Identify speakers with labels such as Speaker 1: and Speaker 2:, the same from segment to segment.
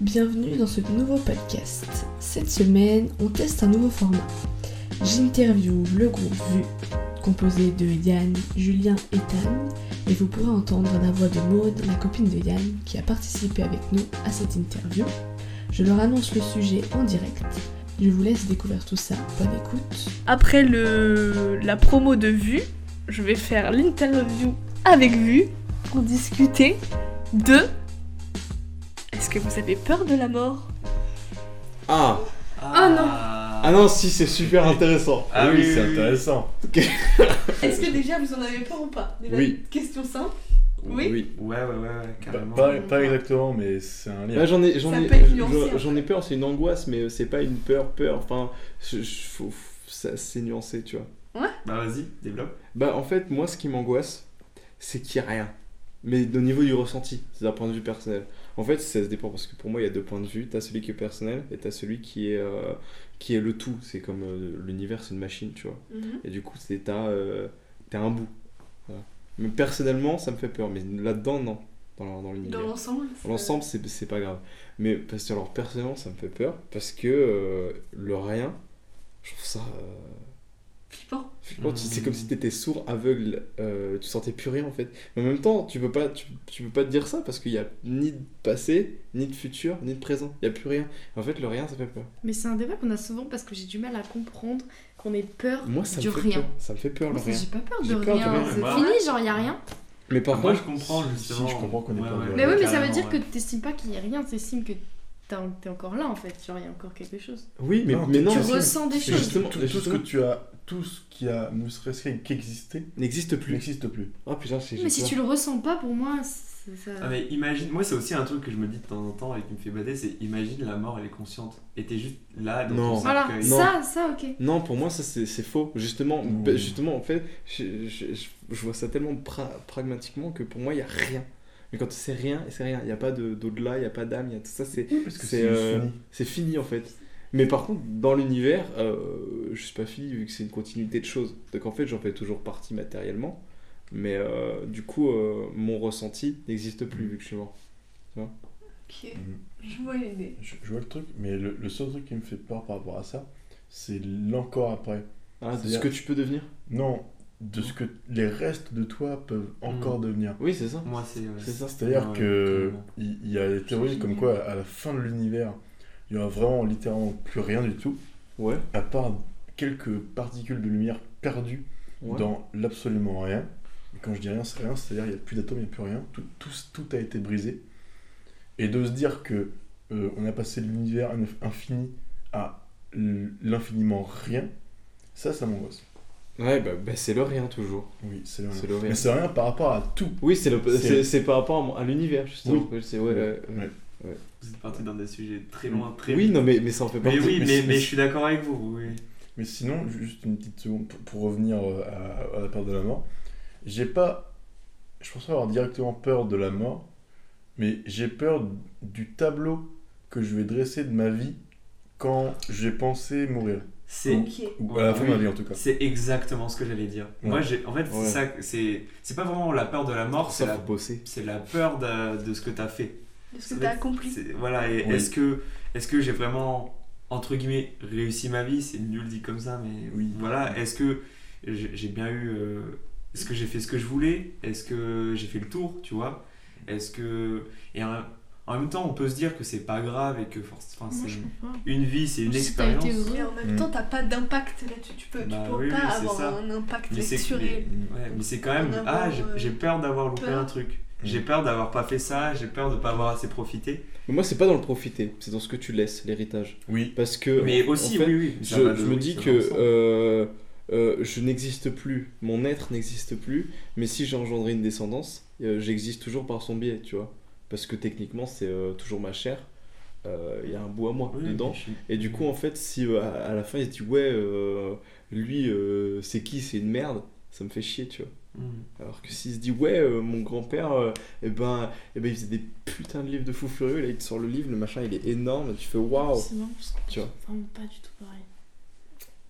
Speaker 1: Bienvenue dans ce nouveau podcast. Cette semaine, on teste un nouveau format. J'interview le groupe VU, composé de Yann, Julien et Tan, et vous pourrez entendre la voix de Maude, la copine de Yann, qui a participé avec nous à cette interview. Je leur annonce le sujet en direct. Je vous laisse découvrir tout ça. Bonne écoute.
Speaker 2: Après le, la promo de Vue, je vais faire l'interview avec Vue pour discuter de Est-ce que vous avez peur de la mort
Speaker 3: Ah
Speaker 2: Ah non.
Speaker 3: Ah non, si, c'est super intéressant.
Speaker 4: Ah oui, c'est
Speaker 3: intéressant.
Speaker 4: intéressant.
Speaker 2: Est-ce que déjà vous en avez peur ou pas Déjà,
Speaker 3: Oui.
Speaker 2: Question simple. Oui.
Speaker 4: Ouais, ouais, ouais, ouais,
Speaker 5: Pas,
Speaker 4: carrément.
Speaker 5: pas- pas exactement, mais c'est un
Speaker 3: Là,
Speaker 5: lien.
Speaker 3: Bah, j'en ai, j'en
Speaker 2: Ça
Speaker 3: ai,
Speaker 2: peut être nuancé,
Speaker 3: j'en-
Speaker 2: en
Speaker 3: j'en ai peur, c'est une angoisse, mais euh, c'est pas une peur, peur. Enfin, je- je- faut- ça, c'est nuancé, tu vois.
Speaker 4: Bah vas-y, développe.
Speaker 3: Bah, en fait, moi, ce qui m'angoisse, c'est qu'il n'y a rien. Mais au niveau du ressenti, c'est d'un point de vue personnel. En fait, ça se dépend parce que pour moi, il y a deux points de vue. T'as celui qui est personnel et t'as celui qui est, euh, qui est le tout. C'est comme euh, l'univers, c'est une machine, tu vois.
Speaker 2: Mhm.
Speaker 3: Et du coup, c'est t'as euh, t'as un bout. Voilà. Mais personnellement, ça me fait peur. Mais là-dedans, non. Dans, dans l'univers.
Speaker 2: Dans l'ensemble
Speaker 3: L'ensemble, c'est c'est pas grave. Mais parce que, alors, personnellement, ça me fait peur. Parce que euh, le rien, je trouve ça. euh,
Speaker 2: Flippant.
Speaker 3: flippant. Tu- C'est comme si t'étais sourd, aveugle, euh, tu sentais plus rien en fait. Mais en même temps, tu peux pas, tu, tu peux pas te dire ça parce qu'il y a ni de passé, ni de futur, ni de présent. Il y a plus rien. En fait, le rien, ça fait peur.
Speaker 6: Mais c'est un débat qu'on a souvent parce que j'ai du mal à comprendre qu'on ait peur
Speaker 3: Moi, ça
Speaker 6: du
Speaker 3: me fait
Speaker 6: rien.
Speaker 3: peur. Ça me fait peur le
Speaker 6: Moi, ça,
Speaker 3: rien.
Speaker 6: J'ai pas peur
Speaker 3: J'ai
Speaker 6: de
Speaker 3: peur du
Speaker 6: rien.
Speaker 3: rien.
Speaker 6: C'est
Speaker 4: Moi-
Speaker 6: fini, genre y a rien.
Speaker 3: Mais par
Speaker 4: Moi,
Speaker 3: contre,
Speaker 4: je comprends,
Speaker 5: si,
Speaker 4: justement.
Speaker 5: je comprends qu'on est pas
Speaker 6: Mais oui, mais ça veut
Speaker 4: carrément,
Speaker 6: dire que
Speaker 4: ouais.
Speaker 6: t'estimes pas qu'il y a rien, t'estimes que t'as- t'es encore là en fait. Genre y a encore quelque chose.
Speaker 3: oui, mais
Speaker 5: Non,
Speaker 3: mais
Speaker 5: tu
Speaker 3: non,
Speaker 6: tu
Speaker 3: mais ça
Speaker 6: ressens des
Speaker 3: Bah, c'est
Speaker 5: C'est
Speaker 6: choses.
Speaker 3: juste- justement-
Speaker 5: tout, tout ce
Speaker 3: justement-
Speaker 5: que tu as, tout ce qui a, ne serait-ce qu'existé,
Speaker 3: n'existe plus.
Speaker 5: n'existe plus.
Speaker 3: Oh putain, c'est.
Speaker 6: Mais si tu le ressens pas, pour moi, c'est ça.
Speaker 4: Ah, mais imagine, moi c'est aussi un truc que je me dis de temps en temps et qui me fait bader, c'est imagine la mort elle est consciente et t'es juste là dans
Speaker 3: Non.
Speaker 4: ton
Speaker 6: Voilà,
Speaker 4: cercueil.
Speaker 3: Non.
Speaker 6: ça, ça, ok.
Speaker 3: Non, pour moi, ça c'est c'est faux. Justement,
Speaker 5: Mmh.
Speaker 3: bah, justement, en fait, je, je- je- je vois ça tellement pra- pragmatiquement que pour moi, il n'y a rien. Mais quand c'est rien, c'est rien. Il n'y a pas de- d'au-delà, il n'y a pas d'âme, il y a tout ça. C'est
Speaker 5: Oui, parce que
Speaker 3: c'est,
Speaker 5: c'est juste
Speaker 3: euh,
Speaker 5: fini.
Speaker 3: c'est fini en fait. Mais par contre, dans l'univers, euh, je suis pas fini vu que c'est une continuité de choses. Donc en fait, j'en fais toujours partie matériellement. Mais euh, du coup, euh, mon ressenti n'existe plus vu que je suis mort.
Speaker 2: Ok.
Speaker 5: Mhm.
Speaker 2: Je vois l'idée.
Speaker 5: Je, je vois le truc, mais le, le seul truc qui me fait peur par rapport à ça, c'est l'encore après.
Speaker 3: Ah, de ce
Speaker 5: C'est-à-dire-
Speaker 3: que tu peux devenir
Speaker 5: Non, de ce que les restes de toi peuvent encore devenir.
Speaker 3: Oui, c'est ça.
Speaker 4: Moi c'est. ouais.
Speaker 3: C'est ça.
Speaker 5: C'est-à-dire
Speaker 4: Ouais,
Speaker 5: que
Speaker 4: carrément.
Speaker 5: il il y a des théories comme quoi à la fin de l'univers, il y aura vraiment littéralement plus rien du tout,
Speaker 3: Ouais.
Speaker 5: à part quelques particules de lumière perdues
Speaker 3: ouais.
Speaker 5: dans l'absolument rien. Et Quand je dis rien, c'est rien, c'est-à-dire il n'y a plus d'atomes, il n'y a plus rien, tout, tout, tout a été brisé. Et de se dire que euh, on a passé de l'univers inf- infini à l- l'infiniment rien, ça, ça m'angoisse.
Speaker 3: Ouais, bah, bah, c'est le rien toujours.
Speaker 5: Oui, c'est le rien.
Speaker 3: C'est le rien.
Speaker 5: Mais c'est rien par rapport à tout.
Speaker 3: Oui, c'est le-
Speaker 5: C'est-
Speaker 3: c'est- c'est par rapport à mon- à, l'univers, justement. C'est- ouais, euh,
Speaker 5: Ouais.
Speaker 4: Vous êtes parti dans des sujets très loin, très.
Speaker 3: Oui,
Speaker 4: vite.
Speaker 3: non, mais, mais ça en fait
Speaker 4: Mais
Speaker 3: partie.
Speaker 4: oui,
Speaker 5: mais
Speaker 4: mais,
Speaker 5: c'est-
Speaker 4: mais je suis d'accord avec vous, oui.
Speaker 5: Mais sinon, ju- juste une petite seconde pour, pour revenir euh, à, à la peur de la mort. J'ai pas. Je pense pas avoir directement peur de la mort, mais j'ai peur du tableau que je vais dresser de ma vie quand j'ai pensé mourir.
Speaker 4: C'est
Speaker 5: Ou à la fin de ma vie en tout cas.
Speaker 4: C'est exactement ce que j'allais dire.
Speaker 5: Ouais.
Speaker 4: Moi, j'ai, en fait,
Speaker 3: Ouais.
Speaker 4: c'est ça, que- c'est, c'est pas vraiment la peur de la mort, c'est
Speaker 3: Oh, ça,
Speaker 4: la,
Speaker 3: faut bosser.
Speaker 4: c'est la peur de, de ce que t'as fait.
Speaker 2: Est-ce
Speaker 4: C'est
Speaker 2: que t'as
Speaker 4: vrai-
Speaker 2: accompli
Speaker 4: c'est- Voilà, et
Speaker 5: Oui.
Speaker 4: est-ce que, est-ce que j'ai vraiment, entre guillemets, réussi ma vie C'est nul dit comme ça, mais
Speaker 5: Oui.
Speaker 4: voilà, est-ce que j'ai j'ai bien eu. euh, est-ce que j'ai fait ce que je voulais Est-ce que j'ai fait le tour, tu vois Est-ce que. Et en, en même temps, on peut se dire que c'est pas grave et que. force- Enfin,
Speaker 6: Moi,
Speaker 4: c'est-
Speaker 6: je comprends pas.
Speaker 4: une vie, c'est une
Speaker 6: Si t'as été
Speaker 4: expérience.
Speaker 6: heureux.
Speaker 2: Mais en même
Speaker 5: Mhm.
Speaker 2: temps, t'as pas d'impact là-dessus. Tu peux,
Speaker 4: Bah
Speaker 2: tu peux
Speaker 4: oui,
Speaker 2: pas
Speaker 4: oui, c'est
Speaker 2: avoir
Speaker 4: ça.
Speaker 2: un impact
Speaker 4: Mais c'est-
Speaker 2: sur
Speaker 4: mais-
Speaker 5: Mm.
Speaker 4: Ouais, mais c'est quand même.
Speaker 2: En avoir,
Speaker 4: Ah, j'ai-
Speaker 2: euh,
Speaker 4: j'ai peur d'avoir loupé
Speaker 2: peur.
Speaker 4: un truc.
Speaker 6: Mm.
Speaker 4: J'ai peur d'avoir pas fait ça, j'ai peur de pas avoir assez profité.
Speaker 3: Mais moi, c'est pas dans le profiter, c'est dans ce que tu laisses, l'héritage.
Speaker 5: Oui.
Speaker 3: Parce que.
Speaker 4: Mais
Speaker 3: Euh, en
Speaker 4: aussi,
Speaker 3: fait,
Speaker 4: oui, oui.
Speaker 3: Je,
Speaker 4: ça va de-
Speaker 3: je me
Speaker 4: oui,
Speaker 3: dis
Speaker 4: ça va
Speaker 3: que
Speaker 4: ensemble.
Speaker 3: euh, euh, je n'existe plus, mon être n'existe plus, mais si j'ai engendré une descendance, euh, j'existe toujours par son biais, tu vois. Parce que techniquement, c'est euh, toujours ma chair, euh, il y a un bout à moi
Speaker 4: Oui,
Speaker 3: dedans.
Speaker 4: mais je suis-
Speaker 3: Et du coup, en fait, si euh, à à la fin il se dit, ouais, euh, lui, euh, c'est qui, c'est une merde, ça me fait chier, tu vois.
Speaker 4: Mm.
Speaker 3: Alors que s'il se dit ouais euh, mon grand-père euh, eh ben, eh ben il faisait des putains de livres de fou furieux là il te sort le livre le machin il est énorme tu fais waouh
Speaker 6: C'est marrant parce que
Speaker 3: Tu vois.
Speaker 6: c'est vraiment pas du tout pareil.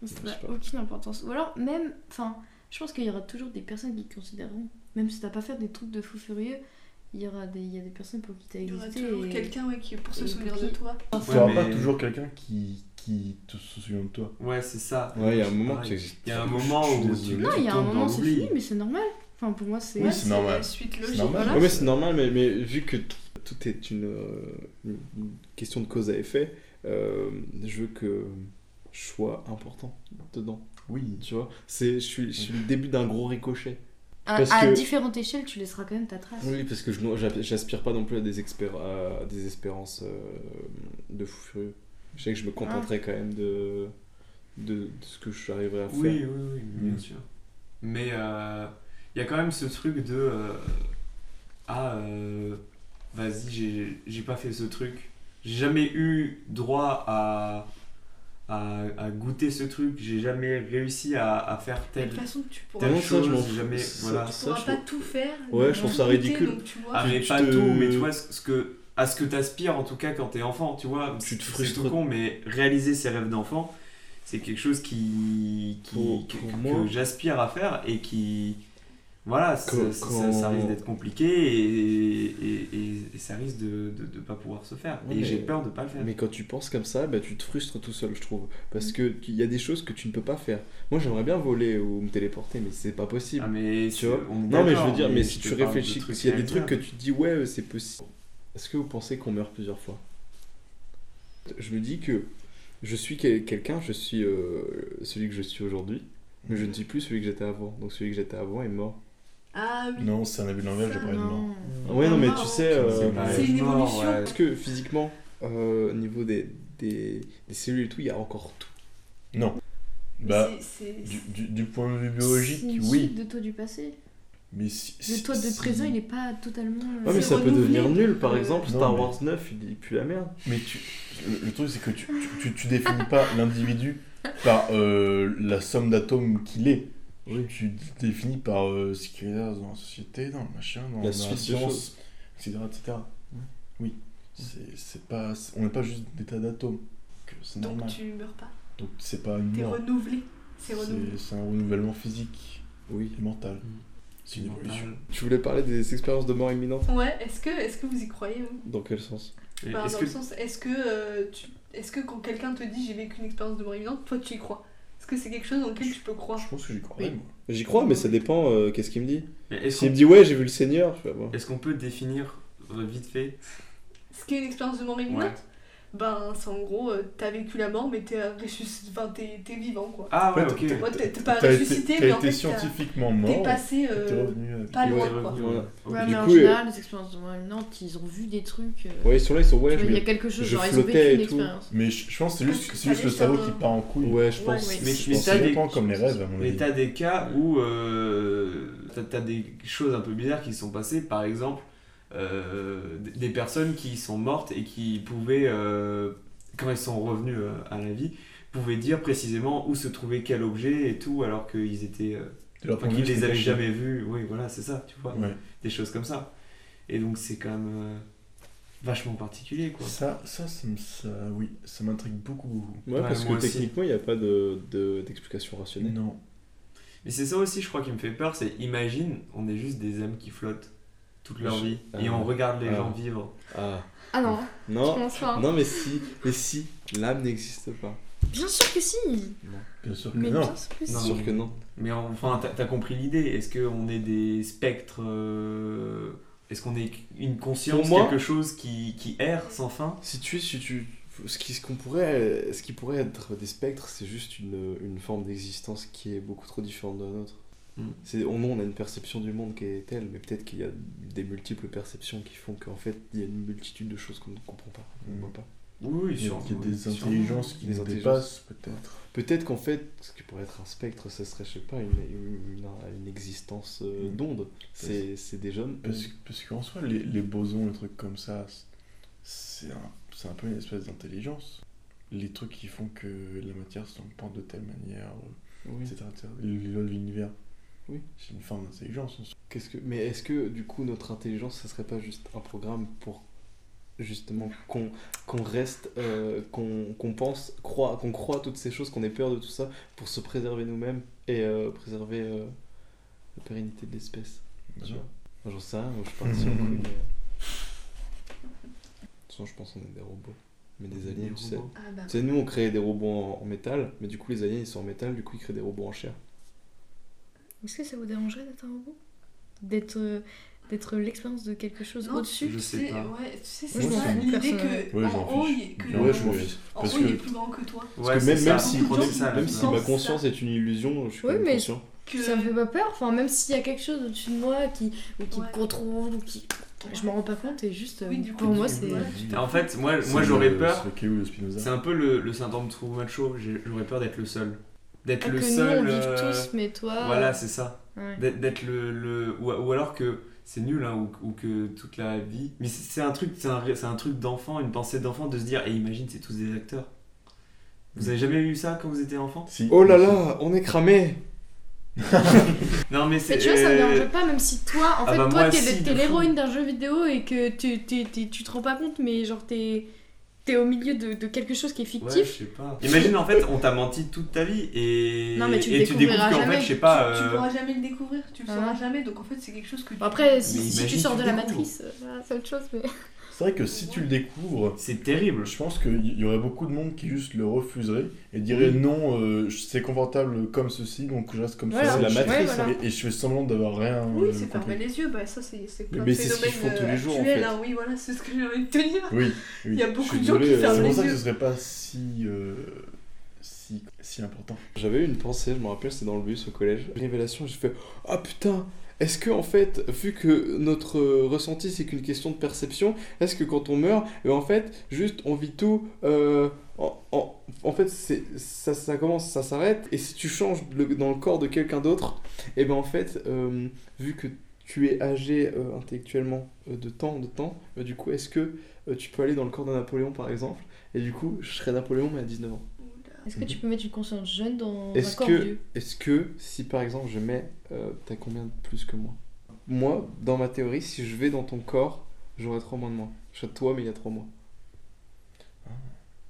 Speaker 6: Ça
Speaker 3: Je
Speaker 6: n'a
Speaker 3: sais pas.
Speaker 6: aucune importance. Ou alors, même, enfin, je pense qu'il y aura toujours des personnes qui considéreront, même si t'as pas fait des trucs de fou furieux, il y aura des, il y a des personnes pour qui t'as
Speaker 7: Il y aura
Speaker 6: existé.
Speaker 7: toujours
Speaker 6: et-
Speaker 7: quelqu'un ouais, qui pour se
Speaker 6: et
Speaker 7: souvenir
Speaker 6: pour
Speaker 7: de
Speaker 6: qui-
Speaker 7: toi.
Speaker 5: Tu
Speaker 4: Ouais,
Speaker 5: n'auras
Speaker 4: mais-
Speaker 5: pas toujours quelqu'un qui, qui te se souvient de toi.
Speaker 4: Ouais, c'est ça.
Speaker 3: Ouais, il y a un moment
Speaker 4: Pareil.
Speaker 3: que c'est-
Speaker 4: Il y a un moment
Speaker 5: Je suis
Speaker 4: où tu,
Speaker 5: désolé.
Speaker 4: tu
Speaker 6: Non, Ah, il y a un
Speaker 4: tombes dans
Speaker 6: moment, c'est
Speaker 4: l'oubli.
Speaker 6: fini, mais c'est normal. Enfin, pour moi, c'est.
Speaker 5: Oui, c'est normal.
Speaker 7: La suite
Speaker 5: C'est
Speaker 7: logique.
Speaker 5: normal.
Speaker 6: voilà.
Speaker 3: Ouais, mais c'est normal, mais, mais vu que tout, tout est une, euh, une- une question de cause à effet, euh, je veux que je sois important dedans.
Speaker 5: Oui.
Speaker 3: Tu vois, c'est je suis, je suis le début d'un gros ricochet.
Speaker 6: À,
Speaker 3: Parce
Speaker 6: à
Speaker 3: que-
Speaker 6: différentes échelles, tu laisseras quand même ta trace.
Speaker 3: Oui, parce que je j'a- j'aspire pas non plus à des, expér- à des espérances euh, de fou furieux. Je sais que je me
Speaker 7: Ah.
Speaker 3: contenterai quand même de, de, de ce que j'arriverai à faire.
Speaker 4: Oui, oui, oui, bien
Speaker 5: Mm.
Speaker 4: sûr. Mais euh, il y a quand même ce truc de euh, ah euh, vas-y j'ai- j'ai pas fait ce truc, j'ai jamais eu droit à à, à goûter ce truc, j'ai jamais réussi à, à faire
Speaker 7: Mais
Speaker 4: tel
Speaker 7: De toute façon, tu pourras,
Speaker 4: telle
Speaker 3: Tellement ça,
Speaker 4: chose,
Speaker 3: je m'en
Speaker 4: j'ai
Speaker 3: fous.
Speaker 4: jamais
Speaker 3: Ça,
Speaker 4: voilà.
Speaker 7: tu
Speaker 3: ça,
Speaker 7: pourras
Speaker 3: je
Speaker 7: pas
Speaker 3: trouve-
Speaker 7: tout faire.
Speaker 3: Ouais,
Speaker 7: mais
Speaker 3: je trouve
Speaker 7: en
Speaker 3: ça
Speaker 7: goûter,
Speaker 3: ridicule.
Speaker 7: donc tu vois,
Speaker 4: Ah,
Speaker 3: Tu-
Speaker 4: mais
Speaker 3: tu
Speaker 4: pas
Speaker 3: te-
Speaker 4: tout, mais tu vois ce ce que à ce que t'aspires en tout cas quand t'es enfant, tu vois.
Speaker 3: Tu te
Speaker 4: C'est
Speaker 3: frustres.
Speaker 4: tout con, mais réaliser ses rêves d'enfant, c'est quelque chose qui, qui
Speaker 3: Pour-
Speaker 4: que,
Speaker 3: pour
Speaker 4: que
Speaker 3: moi-
Speaker 4: j'aspire à faire et qui voilà, ça-
Speaker 3: Quand-
Speaker 4: ça,
Speaker 3: quand-
Speaker 4: ça risque d'être compliqué et, et- et- et ça risque de, de, de pas pouvoir se faire.
Speaker 3: Ouais,
Speaker 4: et
Speaker 3: mais-
Speaker 4: j'ai peur de pas le faire.
Speaker 3: Mais quand tu penses comme ça, bah, tu te frustres tout seul, je trouve.
Speaker 7: Mm.
Speaker 3: Parce que qu'il y a des choses que tu ne peux pas faire. Moi, j'aimerais bien voler ou me téléporter, mais c'est pas possible.
Speaker 4: Ah, mais
Speaker 3: tu
Speaker 4: c'est-
Speaker 3: vois.
Speaker 4: on est
Speaker 3: non, mais je
Speaker 4: d'accord,
Speaker 3: veux dire, mais si tu
Speaker 4: je te parle de
Speaker 3: réfléchis,
Speaker 4: trucs
Speaker 3: s'il y a des trucs que
Speaker 4: réalisables.
Speaker 3: tu te dis, ouais, c'est possible. Est-ce que vous pensez qu'on meurt plusieurs fois Je me dis que je suis quel- quelqu'un, je suis euh, celui que je suis aujourd'hui, mais je ne suis plus celui que j'étais avant. Donc celui que j'étais avant est mort.
Speaker 7: Ah oui.
Speaker 5: Non, c'est un abus de langage, j'ai
Speaker 7: Ça,
Speaker 5: pas de mort.
Speaker 6: Non.
Speaker 3: ouais, non, mais
Speaker 7: mort,
Speaker 3: tu sais.
Speaker 5: hein.
Speaker 3: euh,
Speaker 5: C'est pas-
Speaker 7: Mm. Ah, Bah, C'est une
Speaker 4: Mort,
Speaker 7: évolution.
Speaker 4: ouais.
Speaker 3: Parce que physiquement, euh, au niveau des, des, des cellules et tout, il y a encore tout.
Speaker 7: Mm.
Speaker 5: Non.
Speaker 7: Mais
Speaker 5: Bah,
Speaker 7: c'est- c'est-
Speaker 5: du, du- du point de vue
Speaker 6: C'est
Speaker 5: biologique,
Speaker 6: une
Speaker 5: oui.
Speaker 6: suite de toi du passé.
Speaker 5: Mais si,
Speaker 6: Le
Speaker 5: si-
Speaker 6: toi de
Speaker 5: si-
Speaker 6: présent, il est pas totalement. euh,
Speaker 3: Ouais, mais
Speaker 7: C'est
Speaker 3: ça peut
Speaker 7: renouvelé,
Speaker 3: devenir nul,
Speaker 7: donc,
Speaker 3: par
Speaker 7: euh,
Speaker 3: exemple.
Speaker 5: Non,
Speaker 3: Star
Speaker 5: mais-
Speaker 3: Wars 9, il, il pue la merde.
Speaker 5: Mais tu, le, le truc, c'est que tu, tu, tu- tu définis pas l'individu par euh, la somme d'atomes qu'il est.
Speaker 3: Oui.
Speaker 5: Tu te définis par euh, ce qu'il y a dans la société, dans le machin, dans
Speaker 3: La suite de
Speaker 5: science,
Speaker 3: choses.
Speaker 5: etc. etc. Oui. C'est- C'est pas, c'est- on n'est pas juste des tas d'atomes. Donc, C'est
Speaker 7: Donc
Speaker 5: normal.
Speaker 7: tu meurs pas.
Speaker 5: Donc c'est pas une
Speaker 7: T'es
Speaker 5: mort.
Speaker 7: renouvelé. C'est renouvelé.
Speaker 5: C'est c'est un renouvellement physique
Speaker 3: Oui.
Speaker 5: et mental.
Speaker 4: Mm.
Speaker 5: C'est une évolution.
Speaker 3: Tu voulais parler des expériences de mort imminente
Speaker 7: Ouais, est-ce que, est que vous y croyez vous
Speaker 3: Dans quel sens
Speaker 4: Et
Speaker 7: Enfin,
Speaker 4: est-ce
Speaker 7: Dans
Speaker 4: que-
Speaker 7: le sens, est-ce que, euh, tu- est-ce que quand quelqu'un te dit j'ai vécu une expérience de mort imminente, toi tu y crois Est-ce que c'est quelque chose dans lequel tu peux croire
Speaker 5: Je pense que j'y croyais,
Speaker 3: Oui.
Speaker 5: moi.
Speaker 3: J'y crois, mais ça dépend euh, qu'est-ce qu'il me dit.
Speaker 4: mais est-ce
Speaker 3: S'il
Speaker 4: qu'on-
Speaker 3: me dit, ouais, j'ai vu le Seigneur, je fais, ah bon.
Speaker 4: est-ce qu'on peut définir euh, vite fait
Speaker 7: Ce qu'est une expérience de mort imminente
Speaker 4: Ouais.
Speaker 7: Ben, c'est en gros, euh, t'as vécu la mort, mais t'es ressuscité, enfin, t'es t'es vivant quoi.
Speaker 4: Ah ouais,
Speaker 5: En
Speaker 4: ok.
Speaker 5: fait,
Speaker 7: Ouais, t'es t'es pas
Speaker 5: T'as
Speaker 7: ressuscité,
Speaker 5: été,
Speaker 7: mais
Speaker 5: t'as
Speaker 7: en fait,
Speaker 5: été
Speaker 7: t'as-
Speaker 5: scientifiquement
Speaker 7: t'es
Speaker 5: mort.
Speaker 7: passé
Speaker 5: et T'es
Speaker 7: euh,
Speaker 5: revenu avec-
Speaker 7: pas
Speaker 4: Ouais,
Speaker 7: loin
Speaker 4: revenu,
Speaker 7: quoi.
Speaker 3: Voilà.
Speaker 4: Ok.
Speaker 6: Ouais,
Speaker 3: Du
Speaker 6: mais en
Speaker 3: coup, euh,
Speaker 6: général, les expériences de Nantes, ils ont vu des trucs. euh,
Speaker 3: Ouais, ils sont là, ils sont,
Speaker 6: tu
Speaker 3: ouais,
Speaker 6: vois,
Speaker 3: je
Speaker 6: il y a
Speaker 3: me-
Speaker 6: quelque chose,
Speaker 3: je
Speaker 6: genre, ils ont
Speaker 3: flottais
Speaker 6: vécu
Speaker 3: et
Speaker 6: une
Speaker 3: tout.
Speaker 6: expérience.
Speaker 5: Mais je, je pense que c'est juste,
Speaker 7: Parce que
Speaker 5: c'est juste
Speaker 7: t'avais
Speaker 5: le cerveau
Speaker 7: ça-
Speaker 5: qui part en couille.
Speaker 3: Ouais, je
Speaker 7: Ouais,
Speaker 3: pense.
Speaker 7: ouais.
Speaker 4: Mais-
Speaker 5: Je
Speaker 4: mais
Speaker 5: pense
Speaker 4: t'as
Speaker 5: que c'est
Speaker 4: des-
Speaker 5: pas comme les rêves, à mon
Speaker 4: Mais
Speaker 5: avis.
Speaker 4: t'as des cas où euh, t'as, t'as des choses un peu bizarres qui se sont passées, par exemple euh, des- des personnes qui sont mortes et qui pouvaient, euh, quand ils sont revenus euh, à la vie, pouvaient dire précisément où se trouvait quel objet et tout, alors qu'ils étaient, euh,
Speaker 5: De leur
Speaker 4: enfin,
Speaker 5: point de
Speaker 4: qu'ils
Speaker 5: vue,
Speaker 4: les
Speaker 5: c'était
Speaker 4: avaient
Speaker 5: caché.
Speaker 4: jamais vus. Oui, voilà, c'est ça, tu vois,
Speaker 5: Ouais.
Speaker 4: des choses comme ça. Et donc c'est quand même euh, vachement particulier, quoi.
Speaker 5: Ça, ça, ça, me- ça, oui, ça m'intrigue beaucoup, beaucoup.
Speaker 3: Ouais, parce
Speaker 4: moi
Speaker 3: que
Speaker 4: aussi.
Speaker 3: techniquement, il n'y a pas de- de- d'explication de, rationnelle.
Speaker 5: Non.
Speaker 4: Mais c'est ça aussi, je crois, qui me fait peur, c'est imagine, on est juste des âmes qui flottent toute leur
Speaker 3: Je-
Speaker 4: vie
Speaker 3: Ah.
Speaker 4: et on regarde les
Speaker 3: Ah.
Speaker 4: gens vivre.
Speaker 3: Ah.
Speaker 6: Ah non, je
Speaker 3: Non,
Speaker 6: pense
Speaker 7: hein.
Speaker 6: pas.
Speaker 3: non, mais si, mais si, l'âme n'existe pas.
Speaker 6: Bien sûr que si
Speaker 5: Bien sûr que
Speaker 6: Mais
Speaker 5: non.
Speaker 6: bien sûr que si
Speaker 4: Non.
Speaker 3: C'est sûr que non.
Speaker 4: Mais on- enfin, t'as t'as compris l'idée. Est-ce qu'on est des spectres euh, Est-ce qu'on est une conscience,
Speaker 3: Pour moi-
Speaker 4: quelque chose qui, qui erre sans fin
Speaker 3: Si tu, si tu, ce qui, ce qu'on pourrait, ce qui pourrait être des spectres, c'est juste une, une forme d'existence qui est beaucoup trop différente de la nôtre.
Speaker 4: Mm.
Speaker 3: C'est, on, on a une perception du monde qui est telle, mais peut-être qu'il y a des multiples perceptions qui font qu'en fait, il y a une multitude de choses qu'on ne comprend pas, qu'on
Speaker 5: Mm.
Speaker 3: voit pas.
Speaker 4: Oui,
Speaker 5: Il y a,
Speaker 4: sûrement,
Speaker 5: il y a des
Speaker 4: sûrement.
Speaker 5: intelligences qui
Speaker 3: Des
Speaker 5: nous
Speaker 3: intelligences.
Speaker 5: dépassent, peut-être.
Speaker 3: Peut-être qu'en fait, ce qui pourrait être un spectre, ça serait, je sais pas, une, une, une existence euh,
Speaker 5: Mm.
Speaker 3: d'onde. C'est, c'est déjà.
Speaker 5: Parce, que- parce qu'en soi, les, les bosons, les trucs comme ça, c'est un, c'est un peu une espèce d'intelligence. Les trucs qui font que la matière se comporte de telle manière, euh,
Speaker 3: Oui.
Speaker 5: etc. etc. Les lois de l'univers.
Speaker 3: Oui.
Speaker 5: C'est une forme d'intelligence. en soi.
Speaker 3: Qu'est-ce que... Mais est-ce que du coup notre intelligence, ça serait pas juste un programme pour justement qu'on qu'on reste, euh, qu'on qu'on pense, croit, qu'on croit à toutes ces choses, qu'on ait peur de tout ça pour se préserver nous-mêmes et euh, préserver euh, la pérennité de l'espèce
Speaker 5: Bien
Speaker 3: tu
Speaker 5: sûr.
Speaker 3: vois Enfin, J'en sais rien, moi, je parle sur le coup, mais... euh, De toute façon, je pense qu'on est des robots. Mais des aliens, tu sais.
Speaker 4: robots.
Speaker 7: Ah bah.
Speaker 3: Tu sais, nous, on crée des robots en, en métal, mais du coup, les aliens, ils sont en métal, du coup, ils créent des robots en chair.
Speaker 6: Est-ce que ça vous dérangerait d'être un robot D'être euh, d'être l'expérience de quelque chose
Speaker 7: Non,
Speaker 6: au-dessus
Speaker 4: Je sais
Speaker 7: C'est-
Speaker 4: pas.
Speaker 7: Ouais, tu sais,
Speaker 6: Moi,
Speaker 7: c'est
Speaker 5: je
Speaker 7: ça,
Speaker 5: m'en
Speaker 6: fiche.
Speaker 7: l'idée
Speaker 6: Personne-
Speaker 7: que
Speaker 5: Ouais, je
Speaker 7: en
Speaker 5: m'en
Speaker 7: haut, il
Speaker 5: fiche.
Speaker 7: est- que
Speaker 5: Ouais,
Speaker 7: le
Speaker 5: je
Speaker 7: robot-
Speaker 5: m'en fiche.
Speaker 7: en
Speaker 5: Parce
Speaker 7: haut, il est
Speaker 5: que,
Speaker 7: plus grand que toi.
Speaker 3: Parce que même, même si,
Speaker 7: Beaucoup de gens-
Speaker 3: même, même si
Speaker 7: Non,
Speaker 3: ma
Speaker 7: c'est
Speaker 3: conscience est une illusion, je suis quand
Speaker 6: Oui,
Speaker 3: même
Speaker 6: mais-
Speaker 3: conscient.
Speaker 7: Que...
Speaker 6: Ça me fait pas peur, enfin même s'il y a quelque chose au-dessus de moi qui, ou qui
Speaker 7: Ouais.
Speaker 6: me contrôle ou qui. Je m'en rends pas compte et juste euh,
Speaker 7: Oui, du coup,
Speaker 6: pour moi
Speaker 7: tu-
Speaker 6: c'est.
Speaker 7: ouais.
Speaker 4: En fait, moi,
Speaker 5: C'est
Speaker 4: moi
Speaker 5: le-
Speaker 4: j'aurais peur.
Speaker 5: C'est le Caillou de Spinoza.
Speaker 4: C'est un peu le, le syndrome trop macho. j'ai- J'aurais peur d'être le seul. D'être
Speaker 6: Pas
Speaker 4: le
Speaker 6: Ah, que
Speaker 4: seul.
Speaker 6: nous on vive
Speaker 4: euh,
Speaker 6: tous, Ah. mais toi.
Speaker 4: Voilà, c'est ça.
Speaker 6: ouais.
Speaker 4: D'être d'être le, le- Ou, ou alors que c'est nul, hein, ou, ou que toute la vie. Mais c'est c'est un truc, c'est un, ré- c'est un truc d'enfant, une pensée d'enfant de se dire, et imagine, c'est tous des acteurs. Vous avez jamais eu ça quand vous étiez enfant
Speaker 5: Si,
Speaker 3: Oh là
Speaker 5: si.
Speaker 3: là, on est cramé
Speaker 4: Non, mais c'est.
Speaker 6: Mais tu vois, ça me
Speaker 4: euh,
Speaker 6: dérange pas, même si toi, en
Speaker 4: Ah
Speaker 6: fait,
Speaker 4: bah moi,
Speaker 6: toi, t'es
Speaker 4: si,
Speaker 6: le-
Speaker 4: de
Speaker 6: t'es
Speaker 4: fou.
Speaker 6: l'héroïne d'un jeu vidéo et que tu, tu, tu, tu te rends pas compte, mais genre, t'es es au milieu de, de quelque chose qui est
Speaker 4: euh, Ouais, je
Speaker 6: fictif.
Speaker 4: sais pas. Imagine en fait, on t'a menti toute ta vie et,
Speaker 6: Non, mais tu le
Speaker 4: et tu
Speaker 6: découvriras
Speaker 4: découvres qu'en fait,
Speaker 6: jamais.
Speaker 4: je sais pas.
Speaker 7: Tu
Speaker 4: euh,
Speaker 7: pourras jamais le découvrir, tu le
Speaker 6: Ah.
Speaker 7: sauras jamais, donc en fait c'est quelque chose que tu-
Speaker 6: Bon, Après, si,
Speaker 4: Mais
Speaker 6: si tu
Speaker 4: imagine,
Speaker 6: sors
Speaker 4: tu
Speaker 6: de la
Speaker 4: découvres.
Speaker 6: matrice, euh, voilà, c'est autre chose, mais.
Speaker 5: C'est vrai que si tu le découvres,
Speaker 4: C'est terrible.
Speaker 5: je pense qu'il y aurait beaucoup de monde qui juste le refuserait et dirait non, euh, c'est confortable comme ceci, donc je reste comme
Speaker 6: Voilà.
Speaker 5: ça.
Speaker 3: C'est la matrice,
Speaker 6: Ouais, voilà.
Speaker 5: Et, et je fais semblant d'avoir rien.
Speaker 7: Oui,
Speaker 5: euh,
Speaker 7: c'est
Speaker 5: compris.
Speaker 7: fermer les yeux, bah ça c'est c'est plein
Speaker 3: mais
Speaker 7: de
Speaker 3: c'est ce qu'ils
Speaker 7: phénomènes
Speaker 3: font tous les
Speaker 7: euh,
Speaker 3: jours, en
Speaker 7: actuels,
Speaker 3: fait.
Speaker 7: hein, oui, voilà, c'est ce que j'ai envie de te dire.
Speaker 5: Oui, oui.
Speaker 7: Il y a
Speaker 3: Je suis
Speaker 7: beaucoup de gens qui
Speaker 3: désolé, euh,
Speaker 5: C'est
Speaker 7: ferment
Speaker 5: pour
Speaker 7: les
Speaker 5: ça que ce
Speaker 7: yeux.
Speaker 5: serait pas si, euh, si, si important.
Speaker 3: J'avais eu une pensée, je me rappelle, c'est dans le bus au collège. Révélation, j'ai fait Ah putain est-ce que en fait, vu que notre euh, ressenti c'est qu'une question de perception, est-ce que quand on meurt, euh, en fait, juste on vit tout, euh, en, en- en fait c'est ça, ça commence, ça s'arrête, et si tu changes le- dans le corps de quelqu'un d'autre, et ben en fait, euh, vu que tu es âgé euh, intellectuellement euh, de temps, de temps, euh, du coup, est-ce que euh, tu peux aller dans le corps d'un Napoléon par exemple, et du coup, je serais Napoléon mais à 19 ans.
Speaker 6: Est-ce que tu peux mettre une conscience jeune dans un
Speaker 3: Est-ce
Speaker 6: corps
Speaker 3: que,
Speaker 6: vieux
Speaker 3: est-ce que si par exemple je mets. euh, T'as combien de plus que moi Moi, dans ma théorie, si je vais dans ton corps, j'aurai 3 mois de moins. Je serai toi, mais il y a 3 mois.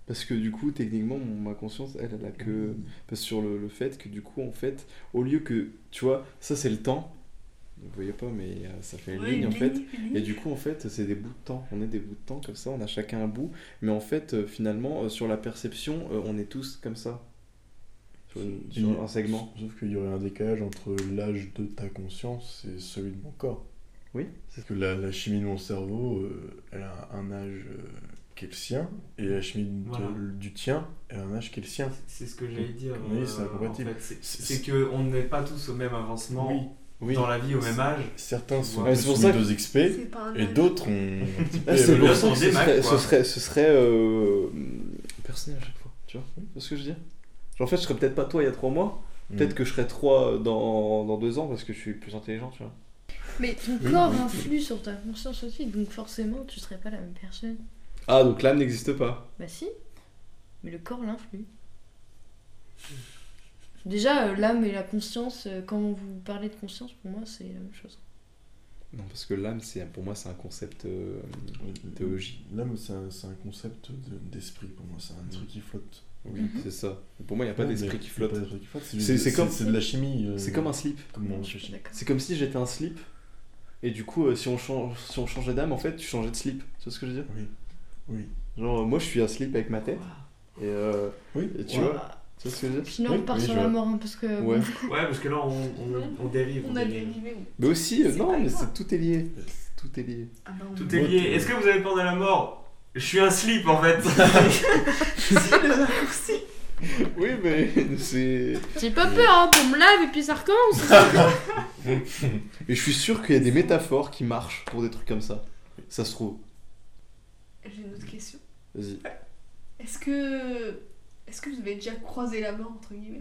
Speaker 3: Parce que du coup, techniquement, mon- ma conscience, elle, elle a que. Parce sur le, le fait que du coup, en fait, au lieu que. Tu vois, ça c'est le temps. Vous voyez pas, mais euh, ça fait une
Speaker 7: Ouais,
Speaker 3: ligne en fait.
Speaker 7: une
Speaker 3: Et
Speaker 7: ligne.
Speaker 3: du coup, en fait, c'est des bouts de temps. On est des bouts de temps comme ça, on a chacun un bout. Mais en fait, euh, finalement, euh, sur la perception, euh, on est tous comme ça. Sur, une- sur
Speaker 5: Oui.
Speaker 3: un segment.
Speaker 5: Sauf qu'il y aurait un décalage entre l'âge de ta conscience et celui de mon corps.
Speaker 3: Oui.
Speaker 5: Parce que la, la chimie de mon cerveau, euh, elle a un âge euh, qui est le sien, et la chimie de-
Speaker 4: Voilà.
Speaker 5: du tien, elle a un âge qui est le sien.
Speaker 4: C'est ce que j'allais dire.
Speaker 5: Oui, c'est
Speaker 4: euh,
Speaker 5: incompatible.
Speaker 4: en fait, c'est-
Speaker 5: C'est-
Speaker 4: C'est que on n'est pas tous au même avancement
Speaker 5: Oui.
Speaker 3: Oui.
Speaker 4: dans la vie, au même âge.
Speaker 5: Certains sont
Speaker 4: Ouais,
Speaker 5: plus
Speaker 3: c'est pour
Speaker 5: soumis
Speaker 3: ça que-
Speaker 5: aux XP,
Speaker 7: C'est pas un
Speaker 5: et
Speaker 7: âge.
Speaker 5: d'autres ont un petit peu
Speaker 3: Ah, c'est
Speaker 5: évolué.
Speaker 3: pour
Speaker 4: le
Speaker 3: ça
Speaker 4: temps
Speaker 3: que ce
Speaker 4: des
Speaker 3: serait,
Speaker 4: Macs,
Speaker 3: ce
Speaker 4: quoi.
Speaker 3: serait, ce serait euh, personnel à chaque fois. Tu vois Tu vois ce que je veux dire Genre, en fait, je serais peut-être pas toi il y a 3 mois. Peut-être que je serais toi dans, dans 2 ans parce que je suis plus intelligent, tu vois.
Speaker 6: Mais ton
Speaker 5: Oui,
Speaker 6: corps
Speaker 5: oui.
Speaker 6: influe sur ta conscience aussi, donc forcément, tu serais pas la même personne.
Speaker 3: Ah, donc l'âme n'existe pas.
Speaker 6: Bah si, mais le corps l'influe. Déjà, euh, l'âme et la conscience, euh, quand vous parlez de conscience, pour moi, c'est la même chose.
Speaker 3: Non, parce que l'âme, c'est- pour moi, c'est un concept. euh, Théologie.
Speaker 5: L'âme, Mm. c'est un, c'est un concept de- d'esprit pour moi, c'est un truc qui flotte.
Speaker 3: oui,
Speaker 6: Mhm.
Speaker 3: c'est ça. Pour moi, il n'y a pas
Speaker 5: Ouais,
Speaker 3: d'esprit
Speaker 5: mais
Speaker 3: qui
Speaker 5: il y a
Speaker 3: flotte.
Speaker 5: pas d'esprit qui flotte, c'est
Speaker 3: C'est-
Speaker 5: juste-
Speaker 3: c'est
Speaker 5: c'est-
Speaker 3: comme-
Speaker 5: c'est de la chimie. euh,
Speaker 3: C'est comme un slip.
Speaker 5: Comment on
Speaker 6: Je suis
Speaker 5: réfléchit.
Speaker 6: pas d'accord.
Speaker 3: C'est comme si j'étais un slip. Et du coup, euh, si, on change, si on changeait d'âme, en fait, tu changeais de slip. Tu vois ce que je veux dire
Speaker 5: Oui. Oui.
Speaker 3: Genre, euh, moi, je suis un slip avec ma tête. Et, euh,
Speaker 5: Oui.
Speaker 3: et tu
Speaker 5: Ouais.
Speaker 3: vois Tu vois ce que je veux dire
Speaker 6: Ah, Sinon,
Speaker 5: Oui,
Speaker 6: on part
Speaker 5: oui,
Speaker 6: sur
Speaker 5: je
Speaker 6: la
Speaker 5: vois.
Speaker 6: mort, hein, parce que
Speaker 7: Euh,
Speaker 3: Ouais.
Speaker 6: bon,
Speaker 4: Ouais, parce que là, on, on, on dérive.
Speaker 7: On a dérivé. oui.
Speaker 3: Mais aussi, euh,
Speaker 7: C'est
Speaker 3: non,
Speaker 7: pas
Speaker 3: mais
Speaker 7: grave.
Speaker 3: c'est tout est lié. Tout est lié.
Speaker 7: Ah bah, on-
Speaker 4: Tout est lié. Est-ce que vous avez peur de la mort Je suis un slip en fait.
Speaker 3: Oui, mais c'est.
Speaker 6: j'ai pas peur, hein, on me lave et puis ça recommence.
Speaker 3: Et je suis sûr qu'il y a des métaphores qui marchent pour des trucs comme ça. Ça se trouve.
Speaker 7: J'ai une autre question.
Speaker 3: Vas-y.
Speaker 7: Est-ce que. Est-ce que vous avez déjà croisé la mort, entre guillemets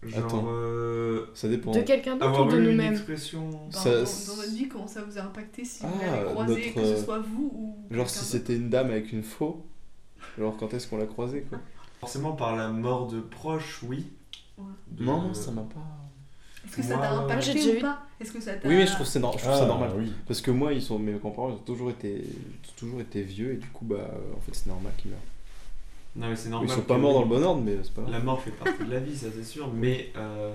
Speaker 4: Genre,
Speaker 3: Attends.
Speaker 4: euh,
Speaker 3: Ça dépend.
Speaker 6: De quelqu'un d'autre ou
Speaker 4: avoir
Speaker 6: de
Speaker 4: eu une
Speaker 6: nous-mêmes
Speaker 4: expression.
Speaker 7: Par-
Speaker 3: Ça,
Speaker 7: dans,
Speaker 3: c'est-
Speaker 7: dans votre vie, comment ça vous a impacté si vous
Speaker 3: Ah,
Speaker 7: l'avez croisé,
Speaker 3: notre,
Speaker 7: que ce
Speaker 3: euh,
Speaker 7: soit vous ou.
Speaker 3: Genre
Speaker 7: quelqu'un
Speaker 3: si c'était une dame avec une faux, alors quand est-ce qu'on l'a croisée quoi
Speaker 4: Forcément, par la mort de proches, oui.
Speaker 7: Ouais.
Speaker 4: De-
Speaker 3: Non, non, ça m'a pas.
Speaker 7: d'autre Est-ce que ça
Speaker 4: Moi,
Speaker 7: t'a
Speaker 4: euh,
Speaker 6: j'ai
Speaker 7: impacté
Speaker 6: déjà
Speaker 7: ou
Speaker 6: eu-
Speaker 7: pas Est-ce que ça t'a.
Speaker 3: Oui, mais je trouve, c'est nor- je trouve ça
Speaker 5: Ah,
Speaker 3: normal.
Speaker 5: Oui.
Speaker 3: Parce que moi, ils sont, mes grands-parents, ils ont toujours été, ils ont toujours été vieux et du coup, bah, euh, en fait, c'est normal qu'ils meurent.
Speaker 4: Non, mais c'est normal.
Speaker 3: Ils sont
Speaker 4: que-
Speaker 3: pas morts dans le bon ordre, mais c'est pas grave.
Speaker 4: La mort fait partie de la vie, ça c'est sûr, mais euh,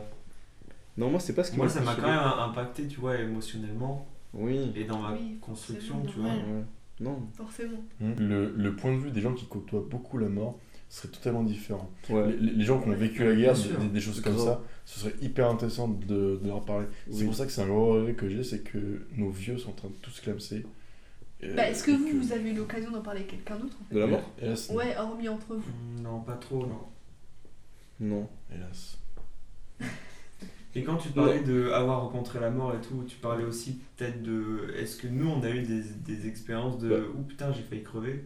Speaker 3: Non, moi, c'est pas ce qui
Speaker 4: Moi,
Speaker 3: m'a
Speaker 4: ça
Speaker 3: le
Speaker 4: m'a
Speaker 3: plus
Speaker 4: quand même impacté, tu vois, émotionnellement
Speaker 3: Oui.
Speaker 4: et dans ma
Speaker 7: Oui,
Speaker 4: construction,
Speaker 7: forcément,
Speaker 4: tu vois.
Speaker 7: normal.
Speaker 3: Ouais. Non.
Speaker 7: Forcément.
Speaker 5: Le, le point de vue des gens qui côtoient beaucoup la mort serait totalement différent.
Speaker 3: Ouais.
Speaker 5: Les, les gens qui ont vécu la guerre,
Speaker 4: Bien sûr.
Speaker 5: des, des choses comme
Speaker 3: Grave.
Speaker 5: ça, ce serait hyper intéressant de, de leur parler. C'est
Speaker 3: Oui.
Speaker 5: pour ça que c'est un gros regret que j'ai, c'est que nos vieux sont en train de tous clamser. Euh,
Speaker 7: Bah, est-ce que
Speaker 5: et
Speaker 7: vous, vous avez eu l'occasion d'en parler avec quelqu'un d'autre en fait
Speaker 3: De la mort
Speaker 5: Hélas, non.
Speaker 7: Ouais, hormis entre vous.
Speaker 4: Mm, Non, pas trop, non.
Speaker 3: Non.
Speaker 5: Hélas.
Speaker 4: Et quand tu parlais de avoir rencontré la mort et tout, tu parlais aussi peut-être de. Est-ce que nous, on a eu des, des expériences de.
Speaker 3: Bah.
Speaker 4: Ouh putain, j'ai failli crever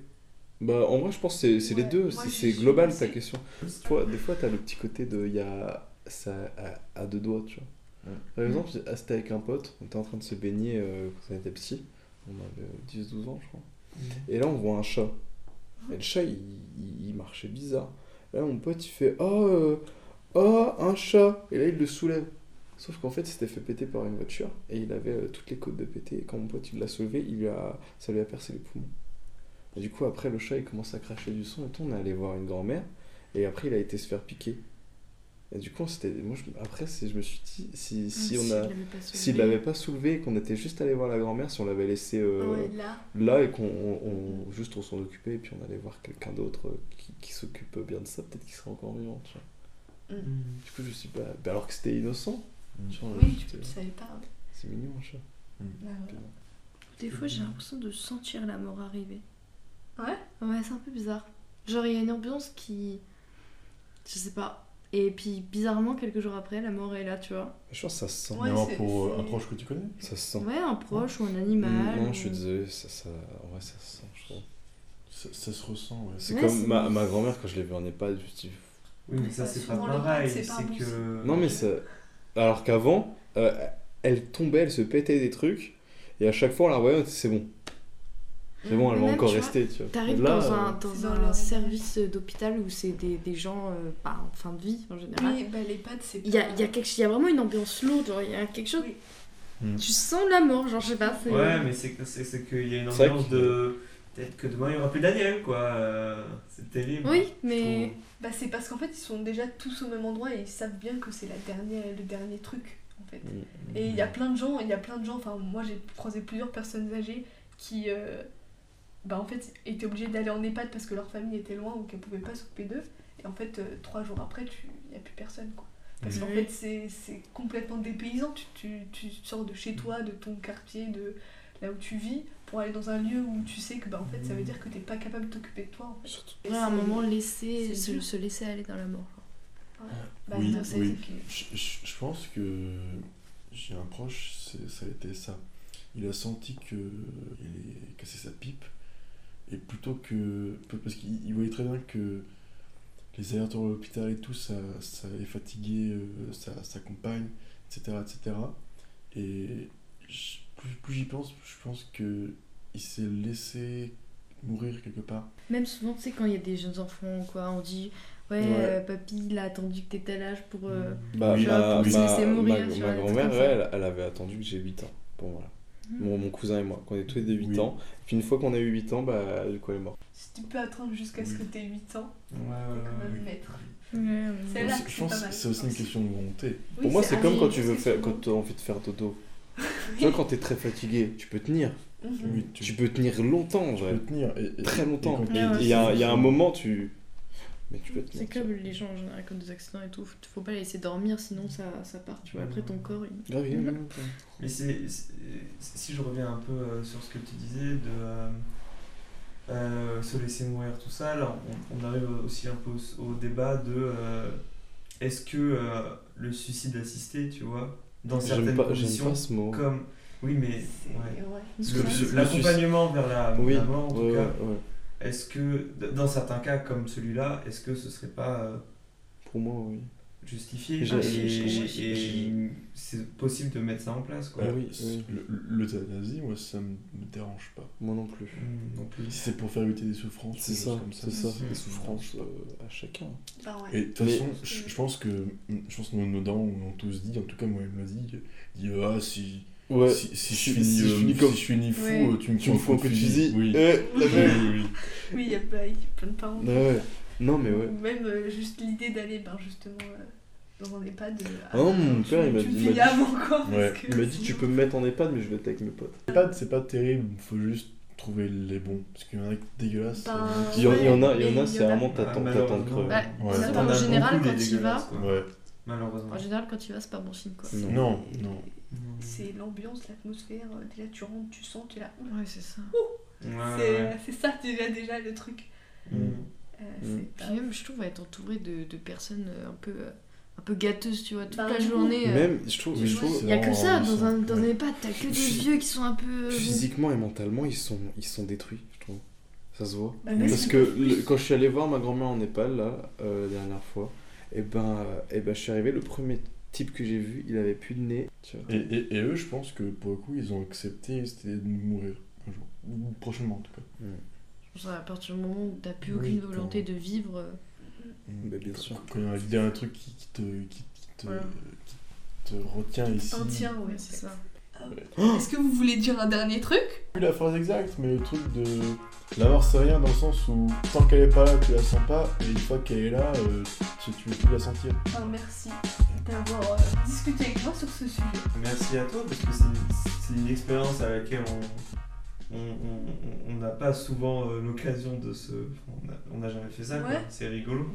Speaker 3: Bah, en vrai, je pense que c'est- c'est les
Speaker 7: Ouais,
Speaker 3: deux.
Speaker 7: moi,
Speaker 3: C'est
Speaker 7: je
Speaker 3: c'est
Speaker 7: suis
Speaker 3: global ta
Speaker 7: passée.
Speaker 3: question. Des fois, des fois, t'as le petit côté de. Il y a. Ça à, à deux doigts, tu vois.
Speaker 5: Ouais.
Speaker 3: Par exemple, j'ai- ah, c'était avec un pote, on était en train de se baigner euh, quand on était petit. On avait 10-12 ans, je crois. Et là, on voit un chat. Et le chat, il, il- il marchait bizarre. Là, mon pote, il fait Oh, euh, oh, un chat Et là, il le soulève. Sauf qu'en fait, il s'était fait péter par une voiture et il avait euh, toutes les côtes de pété. Et quand mon pote, il l'a soulevé, il lui a... ça lui a percé les poumons. Et du coup, après, le chat, il commence à cracher du sang et tout. On est allé voir une grand-mère et après, il a été se faire piquer. Et du coup, on s'était- moi, je- après, c'est- je me suis dit si, Ah,
Speaker 6: Ah,
Speaker 3: si on a. S'il l'avait pas soulevé et qu'on était juste allé voir la grand-mère, si on l'avait laissé euh,
Speaker 7: Ouais, là.
Speaker 3: là et qu'on on- on- juste on s'en occupait et puis on allait voir quelqu'un d'autre euh, qui, qui s'occupe bien de ça, peut-être qu'il serait encore vivant, tu vois.
Speaker 4: Hum.
Speaker 3: Du coup, je suis pas. bah, alors que c'était innocent.
Speaker 5: Mm.
Speaker 3: tu vois,
Speaker 7: Oui,
Speaker 3: j'étais-
Speaker 7: je le savais pas.
Speaker 3: C'est mignon, un chat.
Speaker 6: Bah,
Speaker 7: Ouais, ouais.
Speaker 6: Des fois, j'ai l'impression de sentir la mort arriver.
Speaker 7: Ouais
Speaker 6: Ouais, c'est un peu bizarre. Genre, il y a une ambiance qui. Je sais pas. Et puis, bizarrement, quelques jours après, la mort est là, tu vois.
Speaker 3: Je pense que ça se sent.
Speaker 7: Ouais,
Speaker 5: Mais alors
Speaker 7: c'est-
Speaker 5: pour euh,
Speaker 7: c'est-
Speaker 5: un proche que tu connais
Speaker 3: Ça se sent. Mm,
Speaker 6: Ouais, un proche ou un animal.
Speaker 3: non, je suis
Speaker 6: ou-
Speaker 3: désolé, ça, ça... en vrai, ça se sent, je trouve.
Speaker 5: ça, ça se ressent, ouais.
Speaker 3: C'est
Speaker 6: Ouais,
Speaker 3: comme
Speaker 6: c'est-
Speaker 3: ma, ma grand-mère, quand je l'ai vue en EHPAD, je me suis dit,
Speaker 4: Oui, mais ça, c'est pas
Speaker 7: Souvent, le
Speaker 4: pareil.
Speaker 7: c'est pas
Speaker 4: C'est
Speaker 7: bon
Speaker 4: que.
Speaker 3: Non, mais ça. Alors qu'avant, euh, elle tombait, elle se pétait des trucs, et à chaque fois on la voyait, on était, c'est bon. C'est bon, elle
Speaker 6: Même,
Speaker 3: va encore
Speaker 6: tu vois,
Speaker 3: rester, tu vois.
Speaker 6: T'arrives
Speaker 3: Là,
Speaker 6: dans un,
Speaker 3: euh,
Speaker 6: dans
Speaker 7: C'est dans
Speaker 6: un
Speaker 7: leur-
Speaker 6: service d'hôpital où c'est des, des gens euh, bah, en fin de vie en général.
Speaker 7: Oui, bah, les pattes, c'est
Speaker 6: Il y a, il y, a quelque- il y a vraiment une ambiance lourde, genre, il y a quelque chose.
Speaker 7: Oui.
Speaker 5: Mm.
Speaker 6: Tu sens la mort, genre je sais pas. c'est-
Speaker 4: Ouais, mais c'est que- c'est- c'est qu'il y a une
Speaker 3: C'est vrai
Speaker 4: ambiance
Speaker 3: que-
Speaker 4: de. Peut-être que demain, il n'y aura plus Daniel, quoi. euh, C'est terrible.
Speaker 6: Oui, mais.
Speaker 7: Bah, c'est parce qu'en fait, ils sont déjà tous au même endroit et ils savent bien que c'est la dernière, le dernier truc, en fait.
Speaker 3: Mm.
Speaker 7: Et il y a plein de gens, il y a plein de gens, enfin, moi j'ai croisé plusieurs personnes âgées qui, euh, bah, en fait, étaient obligées d'aller en EHPAD parce que leur famille était loin ou qu'elles pouvaient pas s'occuper d'eux. Et en fait, euh, trois jours après, tu- il n'y a plus personne, quoi. Parce qu'en
Speaker 6: Mhm.
Speaker 7: fait, c'est- c'est complètement dépaysant. Tu, tu, tu sors de chez toi, de ton quartier, de là où tu vis, pour aller dans un lieu où tu sais que, bah, en fait,
Speaker 3: Mm.
Speaker 7: ça veut dire que t'es pas capable de t'occuper de toi, en fait.
Speaker 3: Surtout-
Speaker 7: Et
Speaker 6: Ouais, à un
Speaker 7: c'est-
Speaker 6: moment, laisser,
Speaker 7: c'est
Speaker 6: se,
Speaker 7: dur.
Speaker 6: se laisser aller dans la mort.
Speaker 7: Bah,
Speaker 5: Oui,
Speaker 7: non, c'est-
Speaker 5: oui.
Speaker 7: c'est que-
Speaker 5: Je, je- je pense que j'ai un proche, c'est- ça a été ça. Il a senti que il cassé sa pipe. Et plutôt que. Parce qu'il il voyait très bien que les allers-retours à l'hôpital et tout, ça, ça allait fatiguer euh, sa, sa compagne, etc. etc. Et je- plus, plus j'y pense, plus je pense que il s'est laissé mourir quelque part.
Speaker 6: Même souvent, tu sais, quand il y a des jeunes enfants, quoi, on dit Ouais,
Speaker 3: Ouais.
Speaker 6: euh, papy, il a attendu que t'aies tel âge pour. euh,
Speaker 3: Bah,
Speaker 5: Oui,
Speaker 3: ma,
Speaker 6: genre, pour se
Speaker 3: ma-
Speaker 6: laisser mourir,
Speaker 3: ma-
Speaker 6: tu
Speaker 3: ma
Speaker 6: vois,
Speaker 3: grand-mère,
Speaker 6: comme ça.
Speaker 3: ouais, elle, elle avait attendu que j'ai 8 ans. Bon, voilà. Mon, mon cousin et moi, qu'on est tous les deux 8
Speaker 5: Oui.
Speaker 3: ans. Puis une fois qu'on a eu 8 ans, bah, du coup, elle est morte.
Speaker 7: Si tu peux attendre jusqu'à ce que t'aies 8 ans,
Speaker 4: Ouais, ouais,
Speaker 3: Euh,
Speaker 7: t'es quand
Speaker 4: ouais.
Speaker 7: même maître.
Speaker 6: Ouais, ouais.
Speaker 7: C'est là que
Speaker 5: je
Speaker 7: c'est pas
Speaker 5: pense
Speaker 7: mal.
Speaker 5: que c'est aussi une question de volonté.
Speaker 7: Oui,
Speaker 3: Pour moi, c'est comme
Speaker 7: ah,
Speaker 3: quand
Speaker 7: oui,
Speaker 3: tu veux
Speaker 7: c'est
Speaker 3: faire,
Speaker 7: souvent.
Speaker 3: quand t'as envie de faire dodo. tu vois, quand t'es très fatigué, tu peux tenir.
Speaker 7: Mhm.
Speaker 5: Oui,
Speaker 3: Tu peux tenir longtemps, en
Speaker 5: tu
Speaker 3: vrai.
Speaker 5: peux tenir. et- et-
Speaker 3: Très longtemps.
Speaker 5: et quand-
Speaker 6: Ouais, ouais.
Speaker 3: Il y a, il y a un moment, tu. Mais tu peux tenir.
Speaker 6: C'est
Speaker 3: tu
Speaker 6: comme les gens en général, comme des accidents et tout, faut- faut pas les laisser dormir, sinon ça, ça part, tu vois. Après, ton corps, il.
Speaker 3: vois. Grave, il y a un moment, ouais.
Speaker 4: Mais c'est, c'est- si je reviens un peu euh, sur ce que tu disais, de euh, euh, se laisser mourir, tout ça, là, on, on arrive aussi un peu au, au débat de euh, est-ce que euh, le suicide assisté, tu vois, dans certaines
Speaker 3: J'aime pas, j'aime
Speaker 4: conditions,
Speaker 3: pas ce mot.
Speaker 4: comme. Oui, mais.
Speaker 7: C'est-
Speaker 4: ouais.
Speaker 7: ouais.
Speaker 3: Le-
Speaker 4: Le- le-
Speaker 3: le
Speaker 4: L'accompagnement vers la,
Speaker 3: Oui,
Speaker 4: la mort, en tout
Speaker 3: Ouais,
Speaker 4: cas,
Speaker 3: ouais, ouais.
Speaker 4: est-ce que, d- dans certains cas comme celui-là, est-ce que ce serait pas. euh,
Speaker 3: Pour moi, oui.
Speaker 4: justifié
Speaker 3: Je-
Speaker 4: et,
Speaker 3: je-
Speaker 6: je-
Speaker 4: et-
Speaker 6: je-
Speaker 4: et c'est possible de mettre ça en place quoi.
Speaker 5: Ouais,
Speaker 3: Ah oui,
Speaker 5: c'est-
Speaker 3: oui.
Speaker 5: le- L'euthanasie, moi, ça me me dérange pas.
Speaker 3: Moi non plus.
Speaker 4: Mm, non
Speaker 5: Si
Speaker 4: plus.
Speaker 5: c'est pour faire éviter des souffrances, ou
Speaker 3: C'est
Speaker 5: des
Speaker 3: ça,
Speaker 5: choses comme
Speaker 3: c'est ça.
Speaker 5: me
Speaker 3: Les souffrances
Speaker 5: dérange
Speaker 3: euh, à chacun.
Speaker 7: Bah
Speaker 5: pas.
Speaker 7: ouais.
Speaker 5: Et de toute
Speaker 3: Mais-
Speaker 5: façon, je je pense que je pense que nos, nos dents l'ont tous dit, en tout cas moi elle me l'a dit, dit ah si,
Speaker 3: Ouais.
Speaker 5: si, si
Speaker 3: si-
Speaker 5: je finis,
Speaker 3: si je
Speaker 5: euh,
Speaker 3: finis
Speaker 5: si
Speaker 3: comme-
Speaker 5: je finis fou,
Speaker 6: Ouais.
Speaker 5: euh, tu me
Speaker 3: Tu me
Speaker 5: fous un coup de fusil. Oui.
Speaker 3: Eh,
Speaker 5: Oui,
Speaker 3: la même.
Speaker 5: oui, oui.
Speaker 7: Oui, ah bah, il y, a plein- il y a plein de parents.
Speaker 3: Ouais, ouais. Non, mais ouais.
Speaker 7: Ou même euh, juste l'idée d'aller, ben justement, euh, dans un EHPAD. euh,
Speaker 3: Ah non, mon père, il m'a
Speaker 7: tu
Speaker 3: dit-
Speaker 7: vis
Speaker 3: il m'a dit-
Speaker 7: avant quoi. parce
Speaker 5: Ouais.
Speaker 7: que
Speaker 3: Il m'a dit tu peux me mettre en EHPAD mais je vais être avec mes potes.
Speaker 5: EHPAD, c'est pas terrible, faut juste trouver les bons. Parce qu'il y en a qui dégueulasses.
Speaker 7: Ben,
Speaker 3: Il y en, il y
Speaker 7: Ouais,
Speaker 3: en a, il y en a,
Speaker 7: mais il y
Speaker 3: c'est
Speaker 7: en a-
Speaker 3: vraiment
Speaker 4: Ah,
Speaker 3: t'attends, t'attends de crever.
Speaker 6: Bah,
Speaker 5: Ouais.
Speaker 6: ça,
Speaker 5: T'en
Speaker 6: en
Speaker 5: as
Speaker 6: général,
Speaker 4: beaucoup des
Speaker 6: quand tu y vas,
Speaker 4: dégueulasses, quoi.
Speaker 5: euh, Ouais.
Speaker 4: Malheureusement. Mmh.
Speaker 6: en général, quand tu y vas, c'est pas bon signe quoi.
Speaker 5: Non, non.
Speaker 7: C'est l'ambiance, l'atmosphère, euh, t'es là, tu rentres, tu sens, t'es là. ouh,
Speaker 6: Ouais, c'est ça.
Speaker 4: Ouais,
Speaker 7: c'est
Speaker 4: ouais, Mmh.
Speaker 7: c'est ça déjà, déjà le truc.
Speaker 4: ouais.
Speaker 5: Mm.
Speaker 7: Euh,
Speaker 3: Mm.
Speaker 7: c'est
Speaker 6: Puis même, je trouve, être entouré de, de personnes euh, un peu, euh, un peu gâteuses, tu vois, toute
Speaker 7: Bah,
Speaker 6: la
Speaker 7: oui.
Speaker 6: journée. euh,
Speaker 3: Même, je trouve, mais je
Speaker 5: Ouais.
Speaker 3: trouve,
Speaker 5: C'est
Speaker 6: Il y a que
Speaker 5: vraiment
Speaker 6: ça dans
Speaker 5: enrichissant.
Speaker 6: un, dans un
Speaker 5: Ouais.
Speaker 6: EHPAD, t'as que des
Speaker 3: Physi-
Speaker 6: vieux qui sont un peu. euh,
Speaker 3: physiquement et mentalement, ils sont, ils sont détruits, je trouve. Ça se voit.
Speaker 7: Bah, mais
Speaker 3: Parce
Speaker 7: c'est-
Speaker 3: que le- quand je suis allé voir ma grand-mère en Népal, là, euh, la dernière fois, et ben, euh, eh ben, je suis arrivé, le premier type que j'ai vu, il avait plus de nez. Tu vois.
Speaker 5: Et, et- et eux, je pense que pour le coup, ils ont accepté c'était de mourir un jour. Ou prochainement, en tout cas.
Speaker 3: Hmm.
Speaker 6: Je pense à partir du moment où t'as plus
Speaker 5: Oui,
Speaker 6: aucune
Speaker 5: quand-
Speaker 6: volonté de vivre. euh,
Speaker 3: Mais Bah, bien sûr.
Speaker 5: Quand il y a un- il y a un truc qui, qui te, qui, qui te,
Speaker 6: Voilà.
Speaker 5: qui te retient ici.
Speaker 7: un tien, ouais,
Speaker 6: ouais, c'est ça.
Speaker 7: Est-ce que vous voulez dire un dernier truc
Speaker 5: plus la phrase exacte, mais le truc de la mort c'est rien dans le sens où tant qu'elle est pas là, tu la sens pas, et une fois qu'elle est là, euh, tu, tu veux plus la sentir.
Speaker 7: Enfin, Ah, merci d'avoir euh, discuté avec moi sur ce sujet.
Speaker 4: Merci à toi parce que c'est- c'est une expérience à laquelle on- on on- on- on n'a pas souvent euh, l'occasion de se. on a- On n'a jamais fait ça, quoi.
Speaker 7: Ouais.
Speaker 4: C'est rigolo.